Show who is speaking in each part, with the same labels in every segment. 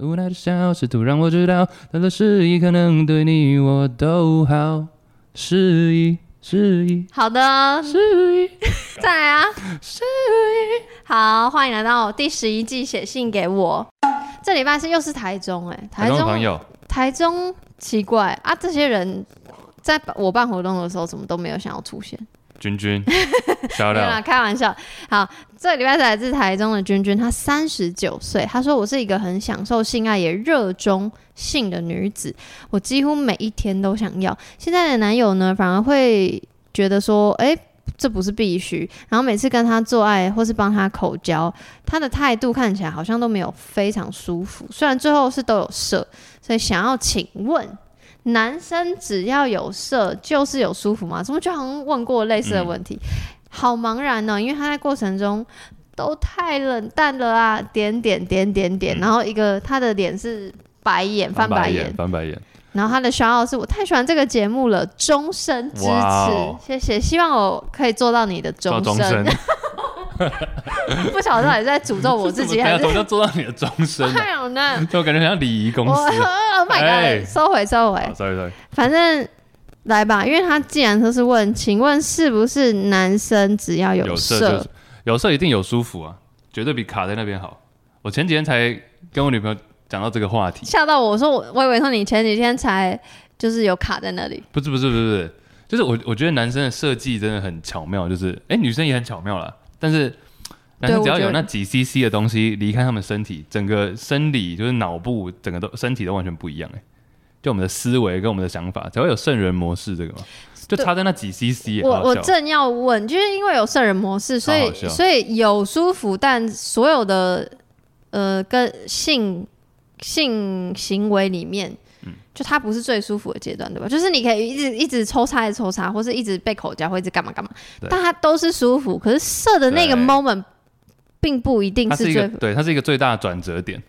Speaker 1: 无奈的笑，试图让我知道，他的示意可能对你我都好。示意，示意，
Speaker 2: 好的，
Speaker 1: 示意，
Speaker 2: 再来啊！
Speaker 1: 示意。
Speaker 2: 好，欢迎来到第十一季，写信给我。这礼拜是又是台中、哎，台
Speaker 1: 台中的朋
Speaker 2: 中，
Speaker 1: 友，
Speaker 2: 台中奇怪啊！这些人在我办活动的时候，怎么都没有想要出现？
Speaker 1: 君 君，小
Speaker 2: 没有啦，
Speaker 1: 廖，
Speaker 2: 开玩笑。好，这礼拜是来自台中的君君，她三十九岁，她说我是一个很享受性爱也热衷性的女子，我几乎每一天都想要。现在的男友呢，反而会觉得说，诶，这不是必须。然后每次跟他做爱或是帮他口交，他的态度看起来好像都没有非常舒服。虽然最后是都有射，所以想要请问。男生只要有射就是有舒服吗？怎么就好像问过类似的问题？好茫然哦，因为他在过程中都太冷淡了啊，点点点点
Speaker 1: 嗯
Speaker 2: 点，然后一个他的脸是白眼翻白眼，
Speaker 1: 翻白眼，
Speaker 2: 然后他的骄傲是我太喜欢这个节目了，终身支持，
Speaker 1: 哇哦
Speaker 2: 谢谢，希望我可以做到你的终
Speaker 1: 到
Speaker 2: 身。，
Speaker 1: 终身
Speaker 2: 不晓得到底是在诅咒我自己还是
Speaker 1: 我就做到你的终身 啊，
Speaker 2: 哎呦那
Speaker 1: 就感觉像礼仪公
Speaker 2: 我
Speaker 1: 司。
Speaker 2: Oh my God，、
Speaker 1: 哎
Speaker 2: 收回收回
Speaker 1: 好，，sorry sorry，
Speaker 2: 反正。来吧，因为他既然都是问，请问是不是男生只要
Speaker 1: 有色就是有色一定有舒服啊，绝对比卡在那边好。我前几天才跟我女朋友讲到这个话题，
Speaker 2: 吓到我，我说我我以为说你前几天才就是有卡在那里，
Speaker 1: 不是不是不是不是，就是我我觉得男生的设计真的很巧妙，就是哎、女生也很巧妙啦，但是男生只要有那几 CC 的东西离开他们身体，整个生理就是脑部整个都身体都完全不一样哎、就我们的思维跟我们的想法才会有圣人模式这个嘛，就差在那几 CC
Speaker 2: 我
Speaker 1: 好好
Speaker 2: 我
Speaker 1: 笑
Speaker 2: 正要问，就是因为有圣人模式，所
Speaker 1: 好
Speaker 2: 以
Speaker 1: 好笑
Speaker 2: 所以有舒服，但所有的呃跟性性行为里面。
Speaker 1: 嗯
Speaker 2: 就它不是最舒服的阶段，对吧？就是你可以一直一直抽插、一直抽插，或是一直被口交，或一直干嘛干嘛
Speaker 1: 对，
Speaker 2: 但它都是舒服。可是射的那个
Speaker 1: 对
Speaker 2: moment 并不一定
Speaker 1: 它是
Speaker 2: 是
Speaker 1: 一个
Speaker 2: 最
Speaker 1: 对，它是一个最大的转折点，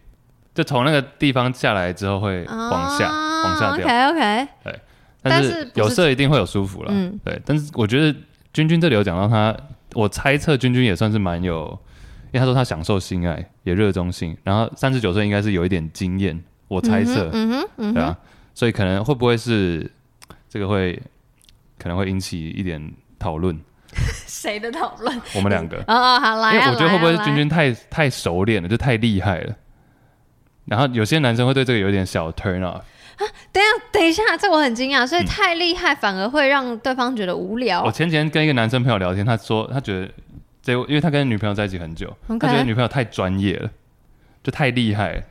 Speaker 1: 就从那个地方下来之后会往下、往下掉。
Speaker 2: OK OK，
Speaker 1: 但
Speaker 2: 啊但是不是
Speaker 1: 有色一定会有舒服了。
Speaker 2: 嗯
Speaker 1: 对，但是我觉得君君这里有讲到他，我猜测君君也算是蛮有，因为他说他享受性爱，也热衷性，然后三十九岁应该是有一点经验，我猜测，
Speaker 2: 嗯哼，嗯哼，嗯
Speaker 1: 对
Speaker 2: 哼
Speaker 1: 啊，所以可能会不会是这个会可能会引起一点讨论，
Speaker 2: 谁的讨论？
Speaker 1: 我们两个，
Speaker 2: 哦哦，好来啊，
Speaker 1: 因为我觉得会不会
Speaker 2: 来
Speaker 1: 是
Speaker 2: 啊
Speaker 1: 君君太太熟练了，就太厉害了。然后有些男生会对这个有点小 turn off，
Speaker 2: 等一下，等一下，这我很惊讶，所以
Speaker 1: 嗯哦
Speaker 2: 太厉害反而会让对方觉得无聊
Speaker 1: 我。前几天跟一个男生朋友聊天，他说他觉得这，因为他跟女朋友在一起很久
Speaker 2: OK
Speaker 1: 他觉得女朋友太专业了，就太厉害了，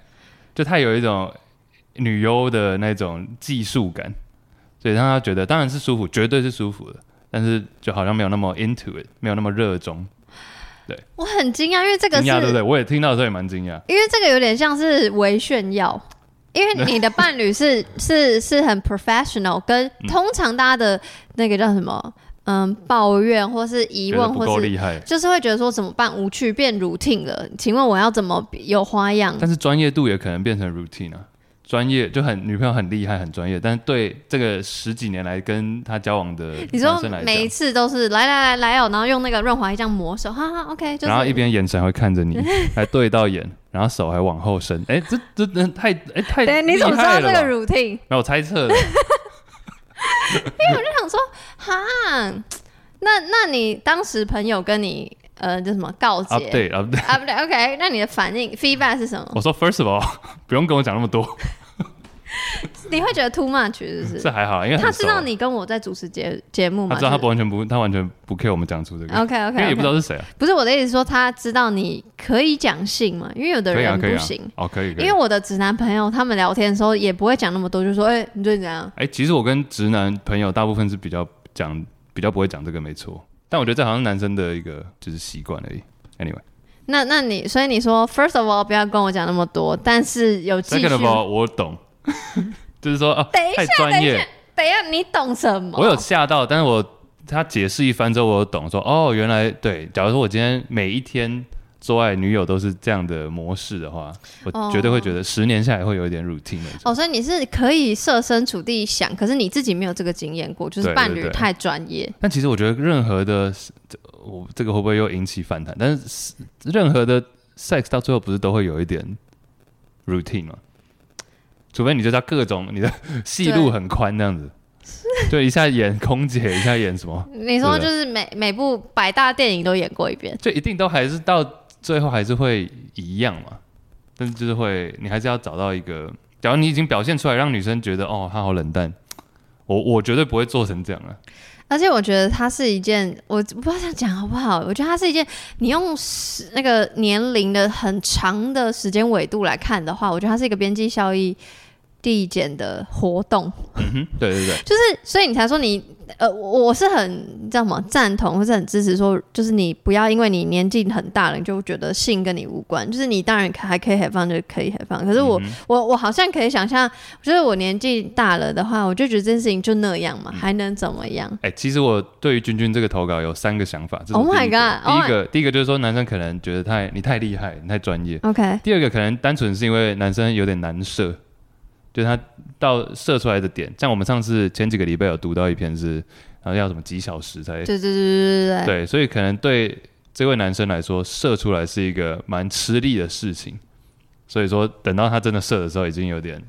Speaker 1: 就太有一种女优的那种技术感，所以让他觉得当然是舒服，绝对是舒服的，但是就好像没有那么 into it，没有那么热衷。
Speaker 2: 我很惊讶，因为这个
Speaker 1: 惊
Speaker 2: 是，
Speaker 1: 讶对不对？我也听到的时候也蛮惊讶，
Speaker 2: 因为这个有点像是微炫耀，因为你的伴 侣是是是很 professional，跟
Speaker 1: 嗯
Speaker 2: 通常大家的那个叫什么，嗯，抱怨或是疑
Speaker 1: 觉得
Speaker 2: 问
Speaker 1: 不
Speaker 2: 或
Speaker 1: 够
Speaker 2: 是。嗯
Speaker 1: 厉害，
Speaker 2: 就是会觉得说怎么办无趣变 routine 了，请问我要怎么有花样？
Speaker 1: 但是专业度也可能变成 routine 啊。专业就很女朋友很厉害很专业，但是对这个十几年来跟他交往的
Speaker 2: 你说
Speaker 1: 男生来讲
Speaker 2: 每一，次都是来来来来哦，然后用那个润滑液这样抹手，哈哈，OK，就是
Speaker 1: 然后一边眼神会看着 你，还对到眼，然后手还往后伸。哎、这这这太哎、太厉害了
Speaker 2: 对，你怎么知道这
Speaker 1: 吧
Speaker 2: 个 routine？
Speaker 1: 没有我猜 测的，
Speaker 2: 想说，哈，那那你当时朋友跟你呃叫什么告诫
Speaker 1: update update。
Speaker 2: 啊？不对，OK，那你的反应 feedback 是什么？
Speaker 1: 我说 first of all，不 用跟我讲那么多，
Speaker 2: 你会觉得 too much 是不
Speaker 1: 这
Speaker 2: 是？
Speaker 1: 还好，因为很
Speaker 2: 他知
Speaker 1: 熟啊
Speaker 2: 道，你跟我在主持节节目
Speaker 1: 他
Speaker 2: 嘛？
Speaker 1: 知道他
Speaker 2: 就是哦
Speaker 1: 不完全不，他完全不 care 我们讲出这个
Speaker 2: OK
Speaker 1: 因为
Speaker 2: OK，
Speaker 1: 也不知道是谁啊。
Speaker 2: 不是我的意思，说他知道你可以讲性嘛？因为有的
Speaker 1: 可以啊，
Speaker 2: 人
Speaker 1: 可以
Speaker 2: 不
Speaker 1: 啊
Speaker 2: 行，。
Speaker 1: 哦，可以可
Speaker 2: 因
Speaker 1: 以
Speaker 2: 为。我的直男朋友他们聊天的时候也不会讲那么多，就说哎、你最近怎样？
Speaker 1: 哎、其实我跟直男朋友大部分是比较讲，比较不会讲这个，没错。但我觉得这好像男生的一个就是习惯而已。Anyway，
Speaker 2: 那那你所以你说 first of all 不要跟我讲那么多，但是有继续
Speaker 1: Second of all，我懂， 就是说哦
Speaker 2: 等一，下
Speaker 1: 太专业。
Speaker 2: 等一下你懂什么？
Speaker 1: 我有吓到，但是我他解释一番之后，我有懂说哦，原来对。假如说我今天每一天做爱女友都是这样的模式的话，
Speaker 2: 哦
Speaker 1: 我绝对会觉得十年下来会有一点 routine 的。
Speaker 2: 哦，所以你是可以设身处地想，可是你自己没有这个经验过，就是
Speaker 1: 对
Speaker 2: 伴
Speaker 1: 对
Speaker 2: 侣
Speaker 1: 对
Speaker 2: 太专业。
Speaker 1: 但其实我觉得任何的这我这个会不会又引起反弹？但是任何的 sex 到最后不是都会有一点 routine 吗？除非你就是要各种你的戏路很宽这样子，就一下演空姐，一下演什么，
Speaker 2: 你说就是每每部百大电影都演过一遍，
Speaker 1: 就一定都还是到最后还是会一样嘛。但是就是会，你还是要找到一个，假如你已经表现出来，让女生觉得哦，他好冷淡，我我绝对不会做成这样啊了、
Speaker 2: 而且我觉得它是一件，我不知道这样讲好不好，我觉得它是一件，你用时那个年龄的很长的时间纬度来看的话，我觉得它是一个边际效益递减的活动，
Speaker 1: 嗯哼，对对对，
Speaker 2: 就是所以你才说你呃，我我是很叫什么赞同，或是很支持说，就是你不要因为你年纪很大了，你就觉得性跟你无关，就是你当然可还可以很放就可以很放，可是我、
Speaker 1: 嗯哼
Speaker 2: 我我好像可以想象，就是我年纪大了的话，我就觉得这件事情就那样
Speaker 1: 嗯
Speaker 2: 嘛，还能怎么样？
Speaker 1: 哎、其实我对于君君这个投稿有三个想法。这是我
Speaker 2: Oh my
Speaker 1: 第一个
Speaker 2: god，
Speaker 1: 第
Speaker 2: oh
Speaker 1: 一个，第一个就是说男生可能觉得太你太厉害，你太专业。
Speaker 2: OK，
Speaker 1: 第二个可能单纯是因为男生有点难射，就是他到射出来的点，像我们上次前几个礼拜有读到一篇是，然后要什么几小时才
Speaker 2: 对对对对对对
Speaker 1: 对，所以可能对这位男生来说，射出来是一个蛮吃力的事情。所以说，等到他真的射的时候，已经有点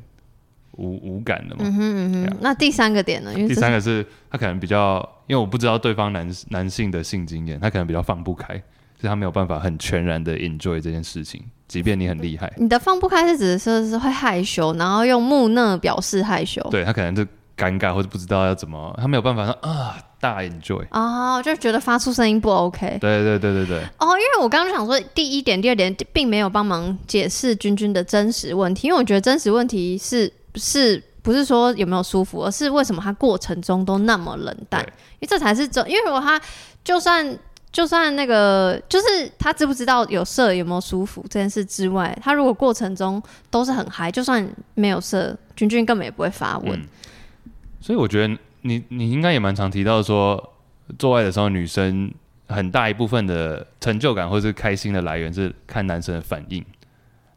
Speaker 1: 无无感了嘛。
Speaker 2: 嗯哼嗯哼。那第三个点呢？因为
Speaker 1: 第
Speaker 2: 这
Speaker 1: 三
Speaker 2: 是
Speaker 1: 个是他可能比较，因为我不知道对方男男性的性经验，他可能比较放不开，就是他没有办法很全然的 enjoy 这件事情，即便你很厉害，
Speaker 2: 你的放不开是指的是是会害羞，然后用木讷表示害羞。
Speaker 1: 对他可能是尴尬或者不知道要怎么，他没有办法说啊大 enjoy。
Speaker 2: 哦，就觉得发出声音不 OK。
Speaker 1: 对对对对对，
Speaker 2: 哦，因为我刚刚就想说，第一点、第二点并没有帮忙解释君君的真实问题，因为我觉得真实问题是是不是说有没有舒服，而是为什么他过程中都那么冷淡
Speaker 1: 对，
Speaker 2: 因为这才是真。因为如果他就算就算那个，就是他知不知道有射有没有舒服这件事之外，他如果过程中都是很嗨，就算没有射，君君根本也不会发问。
Speaker 1: 嗯。所以我觉得你你应该也蛮常提到说，做爱的时候女生很大一部分的成就感或是开心的来源是看男生的反应。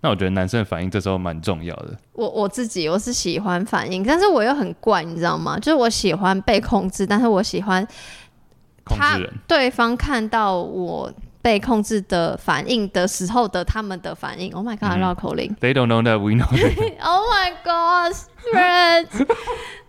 Speaker 1: 那我觉得男生的反应这时候蛮重要的。
Speaker 2: 我我自己我是喜欢反应，但是我又很怪，你知道吗？就是我喜欢被控制，但是我喜欢
Speaker 1: 控
Speaker 2: 他
Speaker 1: 制人，
Speaker 2: 对方看到我被控制的反应的时候的他们的反应。Oh my
Speaker 1: 嗯
Speaker 2: god，绕口令。
Speaker 1: They don't know that we know that
Speaker 2: Oh my god，Red。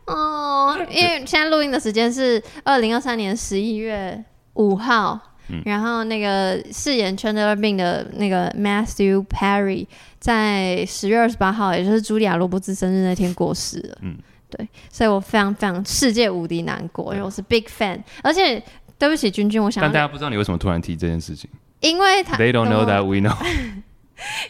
Speaker 2: 哦，因为现在录音的时间是二零二三年十一月五号。
Speaker 1: 嗯
Speaker 2: 然后那个饰演 Chandler Bing 的那个 Matthew Perry 在十月二十八号，也就是茱莉亚·罗伯兹生日那天过世了。
Speaker 1: 嗯
Speaker 2: 嗯，对，所以我非常非常世界无敌难过，因为我是 big fan。而且对不起，君君，我想
Speaker 1: 但大家
Speaker 2: 要，
Speaker 1: 不知道你为什么突然提这件事情。
Speaker 2: 因为他
Speaker 1: They don't know
Speaker 2: 哦
Speaker 1: that we know。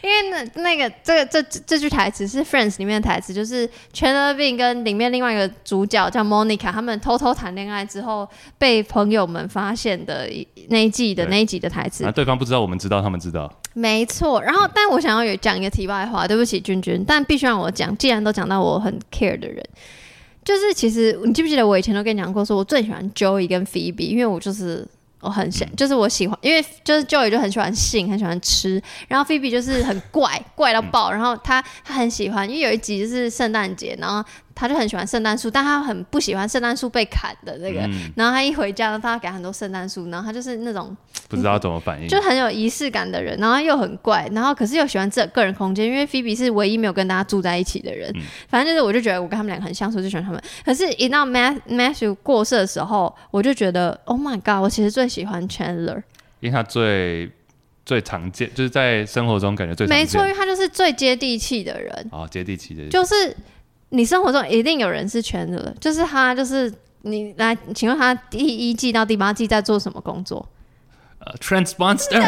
Speaker 2: 因为那那个这个这这这句台词是 Friends 里面的台词，就是 Chandler Bing 跟里面另外一个主角叫 Monica，他们偷偷谈恋爱之后被朋友们发现的一那一季的
Speaker 1: 对
Speaker 2: 那一集的台词
Speaker 1: 啊，，对方不知道，我们知道，他们知
Speaker 2: 嗯
Speaker 1: 道。
Speaker 2: 没错。然后，但我想要有讲一个题外话，对不起君君，但必须让我讲，既然都讲到我很 care 的人。就是其实你记不记得我以前都跟你讲过，说我最喜欢 Joey 跟 Phoebe，因为我就是我很喜，就是我喜欢，因为就是 Joey 就很喜欢性，很喜欢吃，然后 Phoebe 就是很怪，怪到爆，然后他他很喜欢，因为有一集就是圣诞节，然后他就很喜欢圣诞树，但他很不喜欢圣诞树被砍的那个，
Speaker 1: 嗯，
Speaker 2: 然后他一回家，他给他很多圣诞树，然后他就是那种
Speaker 1: 不知道怎么反应。
Speaker 2: 就很有仪式感的人，然后又很怪，然后可是又喜欢自己的个人空间，因为菲比是唯一没有跟大家住在一起的人。
Speaker 1: 嗯
Speaker 2: 反正就是，我就觉得我跟他们两个很相似，就喜欢他们。可是，一到 Math Matthew 过世的时候，我就觉得 Oh my God，我其实最喜欢 Chandler，
Speaker 1: 因为他最最常见，就是在生活中感觉最常见。
Speaker 2: 没错，因为他就是最接地气的人，
Speaker 1: 啊，接地气的。
Speaker 2: 就是你生活中一定有人是 Chandler，就是他，就是你来，请问他第一季到第八季在做什么工作？
Speaker 1: 呃 Transmonster，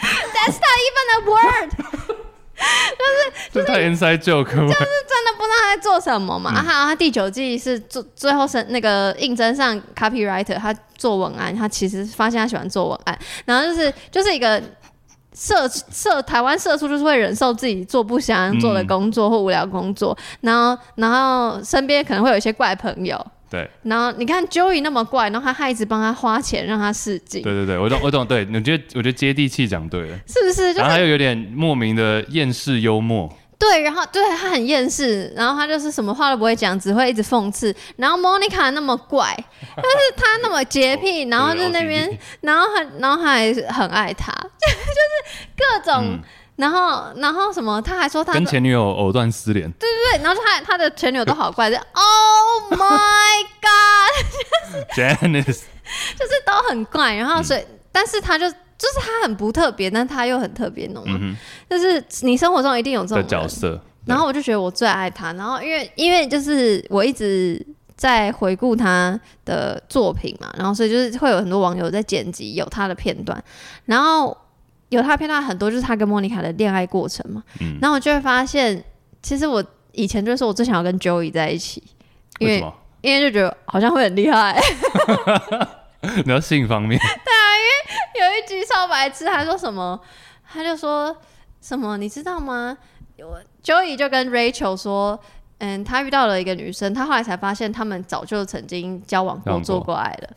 Speaker 2: 那 Word
Speaker 1: 这太 inside joke 了吧。
Speaker 2: 真的不知道他在做什么
Speaker 1: 嗯
Speaker 2: 嘛？啊，他他第九季是最最后是那个应征上 copywriter，他做文案，他其实发现他喜欢做文案，然后就是就是一个社社台湾社畜，就是会忍受自己做不想做的工作或无聊工作，然后然后身边可能会有一些怪朋友，
Speaker 1: 对
Speaker 2: 然后你看 Joey 那么怪，然后他还一直帮他花钱让他试镜，
Speaker 1: 对对对，我懂我懂。对，我觉得我觉得接地气讲对了，
Speaker 2: 是不 是？就
Speaker 1: 然后
Speaker 2: 是
Speaker 1: 他又有点莫名的厌世幽默。
Speaker 2: 对，然后对他很厌世，然后他就是什么话都不会讲，只会一直讽刺。然后 Monica 那么怪，但是他那么洁癖，然后就那
Speaker 1: 哦
Speaker 2: 边，然后很，然后还很爱他， 就是各种，
Speaker 1: 嗯
Speaker 2: 然后然后什么，他还说他
Speaker 1: 跟前女友藕断丝连。
Speaker 2: 对对，然后他他的前女友都好怪，就 Oh my God，
Speaker 1: Janice，
Speaker 2: 就是都很怪。然后所以，但是他就就是他很不特别，但他又很特别，你懂吗？
Speaker 1: 嗯
Speaker 2: 就是你生活中一定有这
Speaker 1: 哼，的
Speaker 2: 种人
Speaker 1: 角色，
Speaker 2: 然后我就觉得我最爱他，然后因为因为就是我一直在回顾他的作品嘛，然后所以就是会有很多网友在剪辑有他的片段，然后有他的片段很多就是他跟莫妮卡的恋爱过程嘛，
Speaker 1: 嗯
Speaker 2: 然后我就会发现，其实我以前就说我最想要跟 Joey 在一起，因
Speaker 1: 为
Speaker 2: 为
Speaker 1: 什么？
Speaker 2: 因为就觉得好像会很厉害。
Speaker 1: 你要性方面，
Speaker 2: 有一集超白痴，他说什么？他就说什么？你知道吗？我 Joey 就跟 Rachel 说，嗯，他遇到了一个女生，他后来才发现他们早就曾经交往
Speaker 1: 交
Speaker 2: 过、
Speaker 1: 往过
Speaker 2: 做过爱了。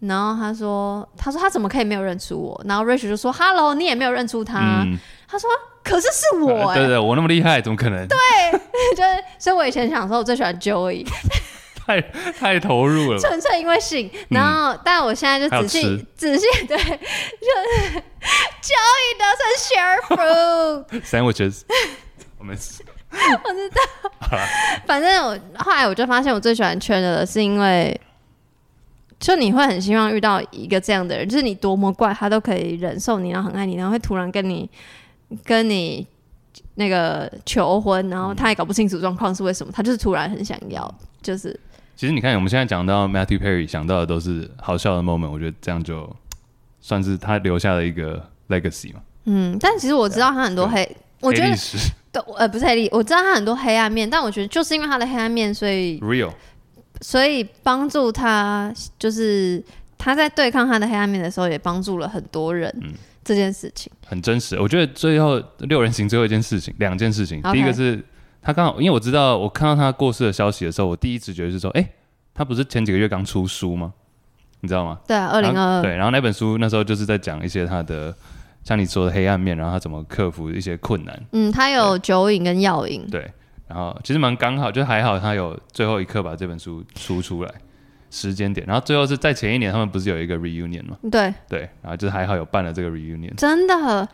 Speaker 2: 然后他说：“他说他怎么可以没有认出我？”然后 Rachel 就说：“Hello，你也没有认出他。
Speaker 1: 嗯，
Speaker 2: 他说：“可是是我 哎、
Speaker 1: 对对，我那么厉害，怎么可能？对，
Speaker 2: 就是，所以我以前想说，我最喜 欢 Joey，
Speaker 1: 太太投入了吧，
Speaker 2: 纯粹因为性。然后，但我现在
Speaker 1: 嗯还
Speaker 2: 就
Speaker 1: 有
Speaker 2: 仔
Speaker 1: 吃
Speaker 2: 细仔细对，就是 Joey doesn't share fruit，
Speaker 1: sandwiches，我们是
Speaker 2: 反正我后来我就发现，我最喜欢圈的是因为，就你会很希望遇到一个这样的人，就是你多么怪他都可以忍受你，然后很爱你，然后会突然跟你跟你那个求婚，然后他也搞不清楚状况是为什么，他就是突然很想要，就是
Speaker 1: 其实你看，我们现在讲到 Matthew Perry，想到的都是好笑的 moment，我觉得这样就算是他留下的一个 legacy 嘛。
Speaker 2: 嗯，但其实我知道他很多黑，我觉
Speaker 1: 黑历
Speaker 2: 得
Speaker 1: 史
Speaker 2: 对，呃，不是黑历，我知道他很多黑暗面，但我觉得就是因为他的黑暗面，所以
Speaker 1: real，
Speaker 2: 所以帮助他，就是他在对抗他的黑暗面的时候，也帮助了很多人、
Speaker 1: 嗯
Speaker 2: 这件事情。
Speaker 1: 很真实。我觉得最后六人行最后一件事情，两件事情
Speaker 2: OK
Speaker 1: 第一个是他刚好，因为我知道我看到他过世的消息的时候，我第一直觉是说，哎、他不是前几个月刚出书吗？你知道吗？
Speaker 2: 对啊，二零
Speaker 1: 然后
Speaker 2: 二二，
Speaker 1: 对，然后那本书那时候就是在讲一些他的像你说的黑暗面，然后他怎么克服一些困难。
Speaker 2: 嗯，他有酒瘾跟药瘾，
Speaker 1: 对，然后其实蛮刚好，就还好他有最后一刻把这本书出出来时间点，然后最后是在前一年他们不是有一个 reunion 嘛？
Speaker 2: 对，
Speaker 1: 对，然后就是还好有办了这个 reunion，
Speaker 2: 真的。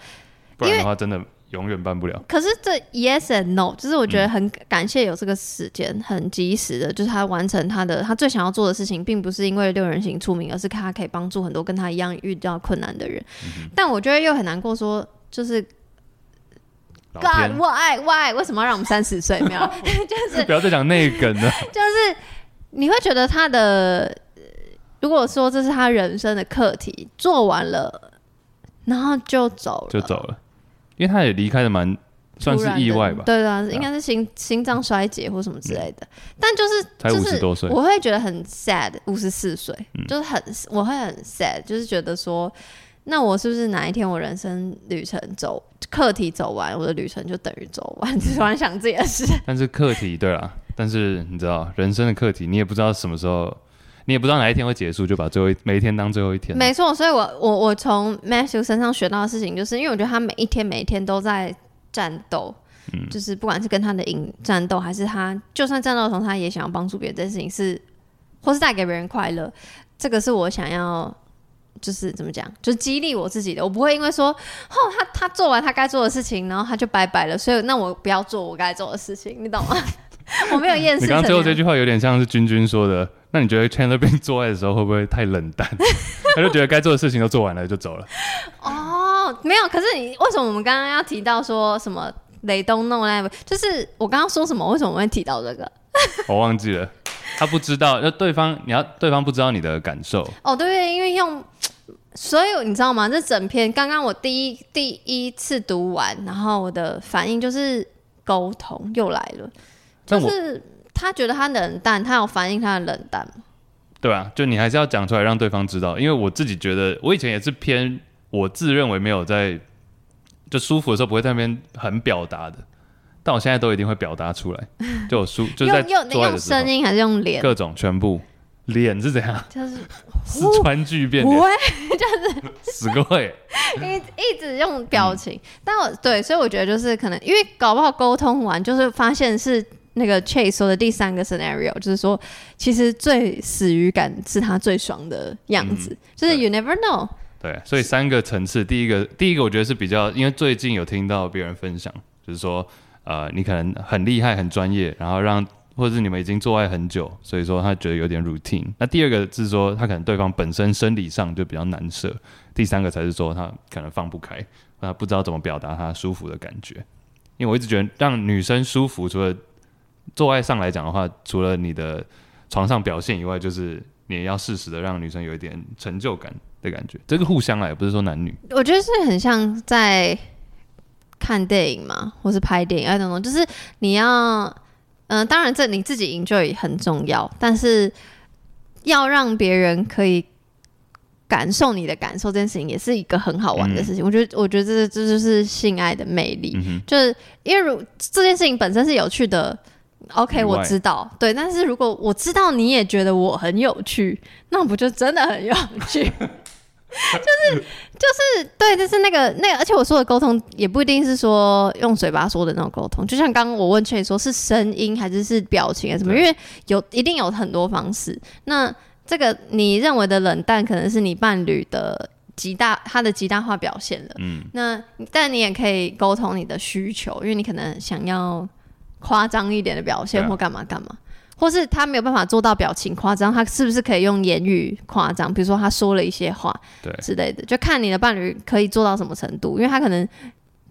Speaker 1: 不然的话真的永远办不了。
Speaker 2: 可是这 yes and no，就是我觉得很感谢有这个时
Speaker 1: 嗯
Speaker 2: 间，很及时的，就是他完成他的他最想要做的事情，并不是因为六人行出名，而是他可以帮助很多跟他一样遇到困难的人。
Speaker 1: 嗯
Speaker 2: 但我觉得又很难过说就是
Speaker 1: 老
Speaker 2: God
Speaker 1: 天，
Speaker 2: why why 为什么要让我们三十岁？没有，啊就是
Speaker 1: 不要再讲内梗了。
Speaker 2: 就是你会觉得他的，呃如果说这是他人生的课题，做完了，然后就走 了，
Speaker 1: 就走了，因为他也离开的蛮算是
Speaker 2: 突然的
Speaker 1: 意外吧，
Speaker 2: 对啊，
Speaker 1: 啊
Speaker 2: 应该是心心脏衰竭或什么之类的。但就是
Speaker 1: 嗯才
Speaker 2: 就
Speaker 1: 五
Speaker 2: 是
Speaker 1: 十多岁，嗯
Speaker 2: 我会觉得很 sad，五十四岁，就是很我会很 sad，就是觉得说，那我是不是哪一天我人生旅程走课题走完，我的旅程就等于走完？ 突然想自己的事，
Speaker 1: 但是课题对啦，但是你知道人生的课题，你也不知道什么时候，你也不知道哪一天会结束，就把最后一每一天当最后一天。
Speaker 2: 没错，所以我我我从 Matthew 身上学到的事情，就是因为我觉得他每一天每一天都在战斗，
Speaker 1: 嗯
Speaker 2: 就是不管是跟他的影战斗，还是他就算战斗中，他也想要帮助别人这件事情是，或是带给别人快乐，这个是我想要。就是怎么讲，就是激励我自己的。我不会因为说，哦，他他做完他该做的事情，然后他就拜拜了，所以那我不要做我该做的事情，你懂吗？ 我没有厌
Speaker 1: 你
Speaker 2: 世成那
Speaker 1: 刚
Speaker 2: 样。
Speaker 1: 刚最后这句话有点像是君君说的，那你觉得 Chandler 被做爱的时候会不会太冷淡？ 他就觉得该做的事情都做完了就走了。
Speaker 2: 哦，没有。可是你为什么我们刚刚要提到说什么雷东弄那？就是我刚刚说什么？为什么会提到这个？
Speaker 1: 我忘记了，他不知道，就对方你要对方不知道你的感受，
Speaker 2: 哦，对对，因为用，所以你知道吗？这整篇刚刚我第一第一次读完，然后我的反应就是沟通又来了，
Speaker 1: 但
Speaker 2: 就
Speaker 1: 我
Speaker 2: 是他觉得他冷淡，他有反映他的冷淡吗
Speaker 1: 对吧、就你还是要讲出来让对方知道，因为我自己觉得我以前也是偏我自认为没有在就舒服的时候不会在那边很表达的，但我现在都一定会表达出来，就我舒就是在
Speaker 2: 用用
Speaker 1: 做爱
Speaker 2: 用
Speaker 1: 的时候
Speaker 2: 声音还是用脸？
Speaker 1: 各种全部脸是怎样？
Speaker 2: 就是
Speaker 1: 四 川剧变
Speaker 2: 不
Speaker 1: 脸，
Speaker 2: 会
Speaker 1: 死个会。
Speaker 2: 一一直用表情，但我对，所以我觉得就是可能，因为搞不好沟通完，就是发现是那个 Chase 说的第三个 scenario，就是说，其实最死鱼感是他最爽的样子，就是
Speaker 1: 对
Speaker 2: you never know，
Speaker 1: 对，所以三个层次，第一个，第一个我觉得是比较，因为最近有听到别人分享，就是说，呃，你可能很厉害、很专业，然后让或者是你们已经做爱很久，所以说他觉得有点 routine。那第二个是说他可能对方本身生理上就比较难舍，第三个才是说他可能放不开，他不知道怎么表达他舒服的感觉。因为我一直觉得让女生舒服，除了做爱上来讲的话，除了你的床上表现以外，就是你也要适时的让女生有一点成就感的感觉。这个互相来，不是说男女。
Speaker 2: 我觉得是很像在看电影嘛，或是拍电影，I don't know，就是你要，嗯、当然这你自己 enjoy 很重要，但是要让别人可以感受你的感受，这件事情也是一个很好玩的事情。我觉得，我觉得这这就是性爱的魅力，
Speaker 1: 嗯哼，
Speaker 2: 就是因为如这件事情本身是有趣的。
Speaker 1: 意
Speaker 2: OK，
Speaker 1: 外
Speaker 2: 我知道，对，但是如果我知道你也觉得我很有趣，那不就真的很有趣？ 就是就是对，就是那个那个，而且我说的沟通也不一定是说用嘴巴说的那种沟通，就像刚刚我问 Chase 说是声音还是是表情还是什么，
Speaker 1: 对
Speaker 2: 因为有一定有很多方式。那这个你认为的冷淡，可能是你伴侣的极大他的极大化表现了。
Speaker 1: 嗯，
Speaker 2: 那但你也可以沟通你的需求，因为你可能想要夸张一点的表
Speaker 1: 对
Speaker 2: 现
Speaker 1: 啊
Speaker 2: 或干嘛干嘛，或是他没有办法做到表情夸张，他是不是可以用言语夸张？比如说他说了一些话
Speaker 1: 对
Speaker 2: 之类的，就看你的伴侣可以做到什么程度，因为他可能。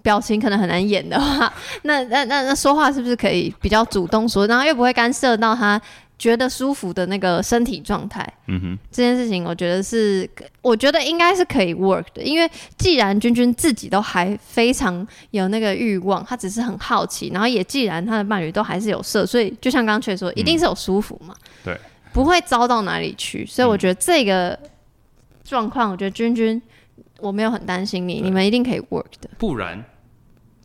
Speaker 2: 表情可能很难演的话，那那那那说话是不是可以比较主动说，然后又不会干涉到他觉得舒服的那个身体状态？
Speaker 1: 嗯哼，
Speaker 2: 这件事情，我觉得是，我觉得应该是可以 work 的，因为既然君君自己都还非常有那个欲望，他只是很好奇，然后也既然他的伴侣都还是有色，所以就像刚刚却说，一定是有舒服嘛，
Speaker 1: 对，
Speaker 2: 不会糟到哪里去，所以我觉得这个状况，我觉得君君我没有很担心你，
Speaker 1: 对
Speaker 2: 你们一定可以 work 的。
Speaker 1: 不然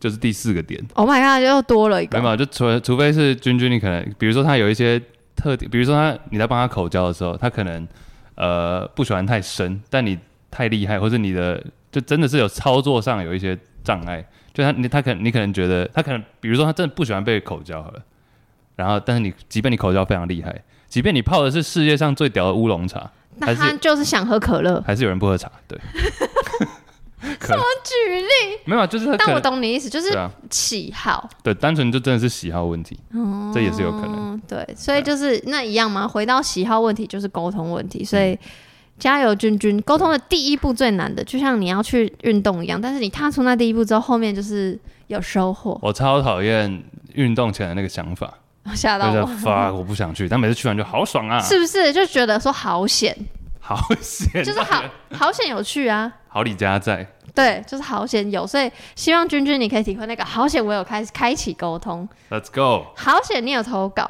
Speaker 1: 就是第四个点。
Speaker 2: Oh my god，又多了一
Speaker 1: 没有
Speaker 2: 个，
Speaker 1: 没有，就除除非是君君，你可能比如说他有一些特点，比如说他你在帮他口交的时候，他可能呃不喜欢太深，但你太厉害，或是你的就真的是有操作上有一些障碍，就他你他可你可能觉得他可能比如说他真的不喜欢被口交好了，然后但是你即便你口交非常厉害，即便你泡的是世界上最屌的乌龙茶，
Speaker 2: 那
Speaker 1: 还是
Speaker 2: 他就是想喝可乐，
Speaker 1: 还是有人不喝茶， 对。可能
Speaker 2: 举例，
Speaker 1: 没有啊，就是他可
Speaker 2: 但我
Speaker 1: 能
Speaker 2: 懂你意思，就是
Speaker 1: 对啊，
Speaker 2: 喜好。
Speaker 1: 对，单纯就真的是喜好问题，这也是有可能。
Speaker 2: 嗯，对，所
Speaker 1: 啊
Speaker 2: 以就是那一样嘛，回到喜好问题就是沟通问题，所
Speaker 1: 嗯
Speaker 2: 以加油，君君！沟通的第一步最难的，就像你要去运动一样，但是你踏出那第一步之后，后面就是有收获。
Speaker 1: 我超讨厌运动前的那个想法，
Speaker 2: 吓
Speaker 1: 就
Speaker 2: 到
Speaker 1: 是
Speaker 2: 我，
Speaker 1: fuck 我不想去，但每次去完就好爽啊，
Speaker 2: 是不是就觉得说 好险，
Speaker 1: 好险，啊
Speaker 2: 就是好好险有趣啊？
Speaker 1: 好李家在，
Speaker 2: 对，就是好险有，所以希望君君你可以体会那个好险，我有开开启沟通，
Speaker 1: Let's go，
Speaker 2: 好险你有投稿，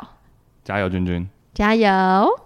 Speaker 1: 加油君君。
Speaker 2: 加油！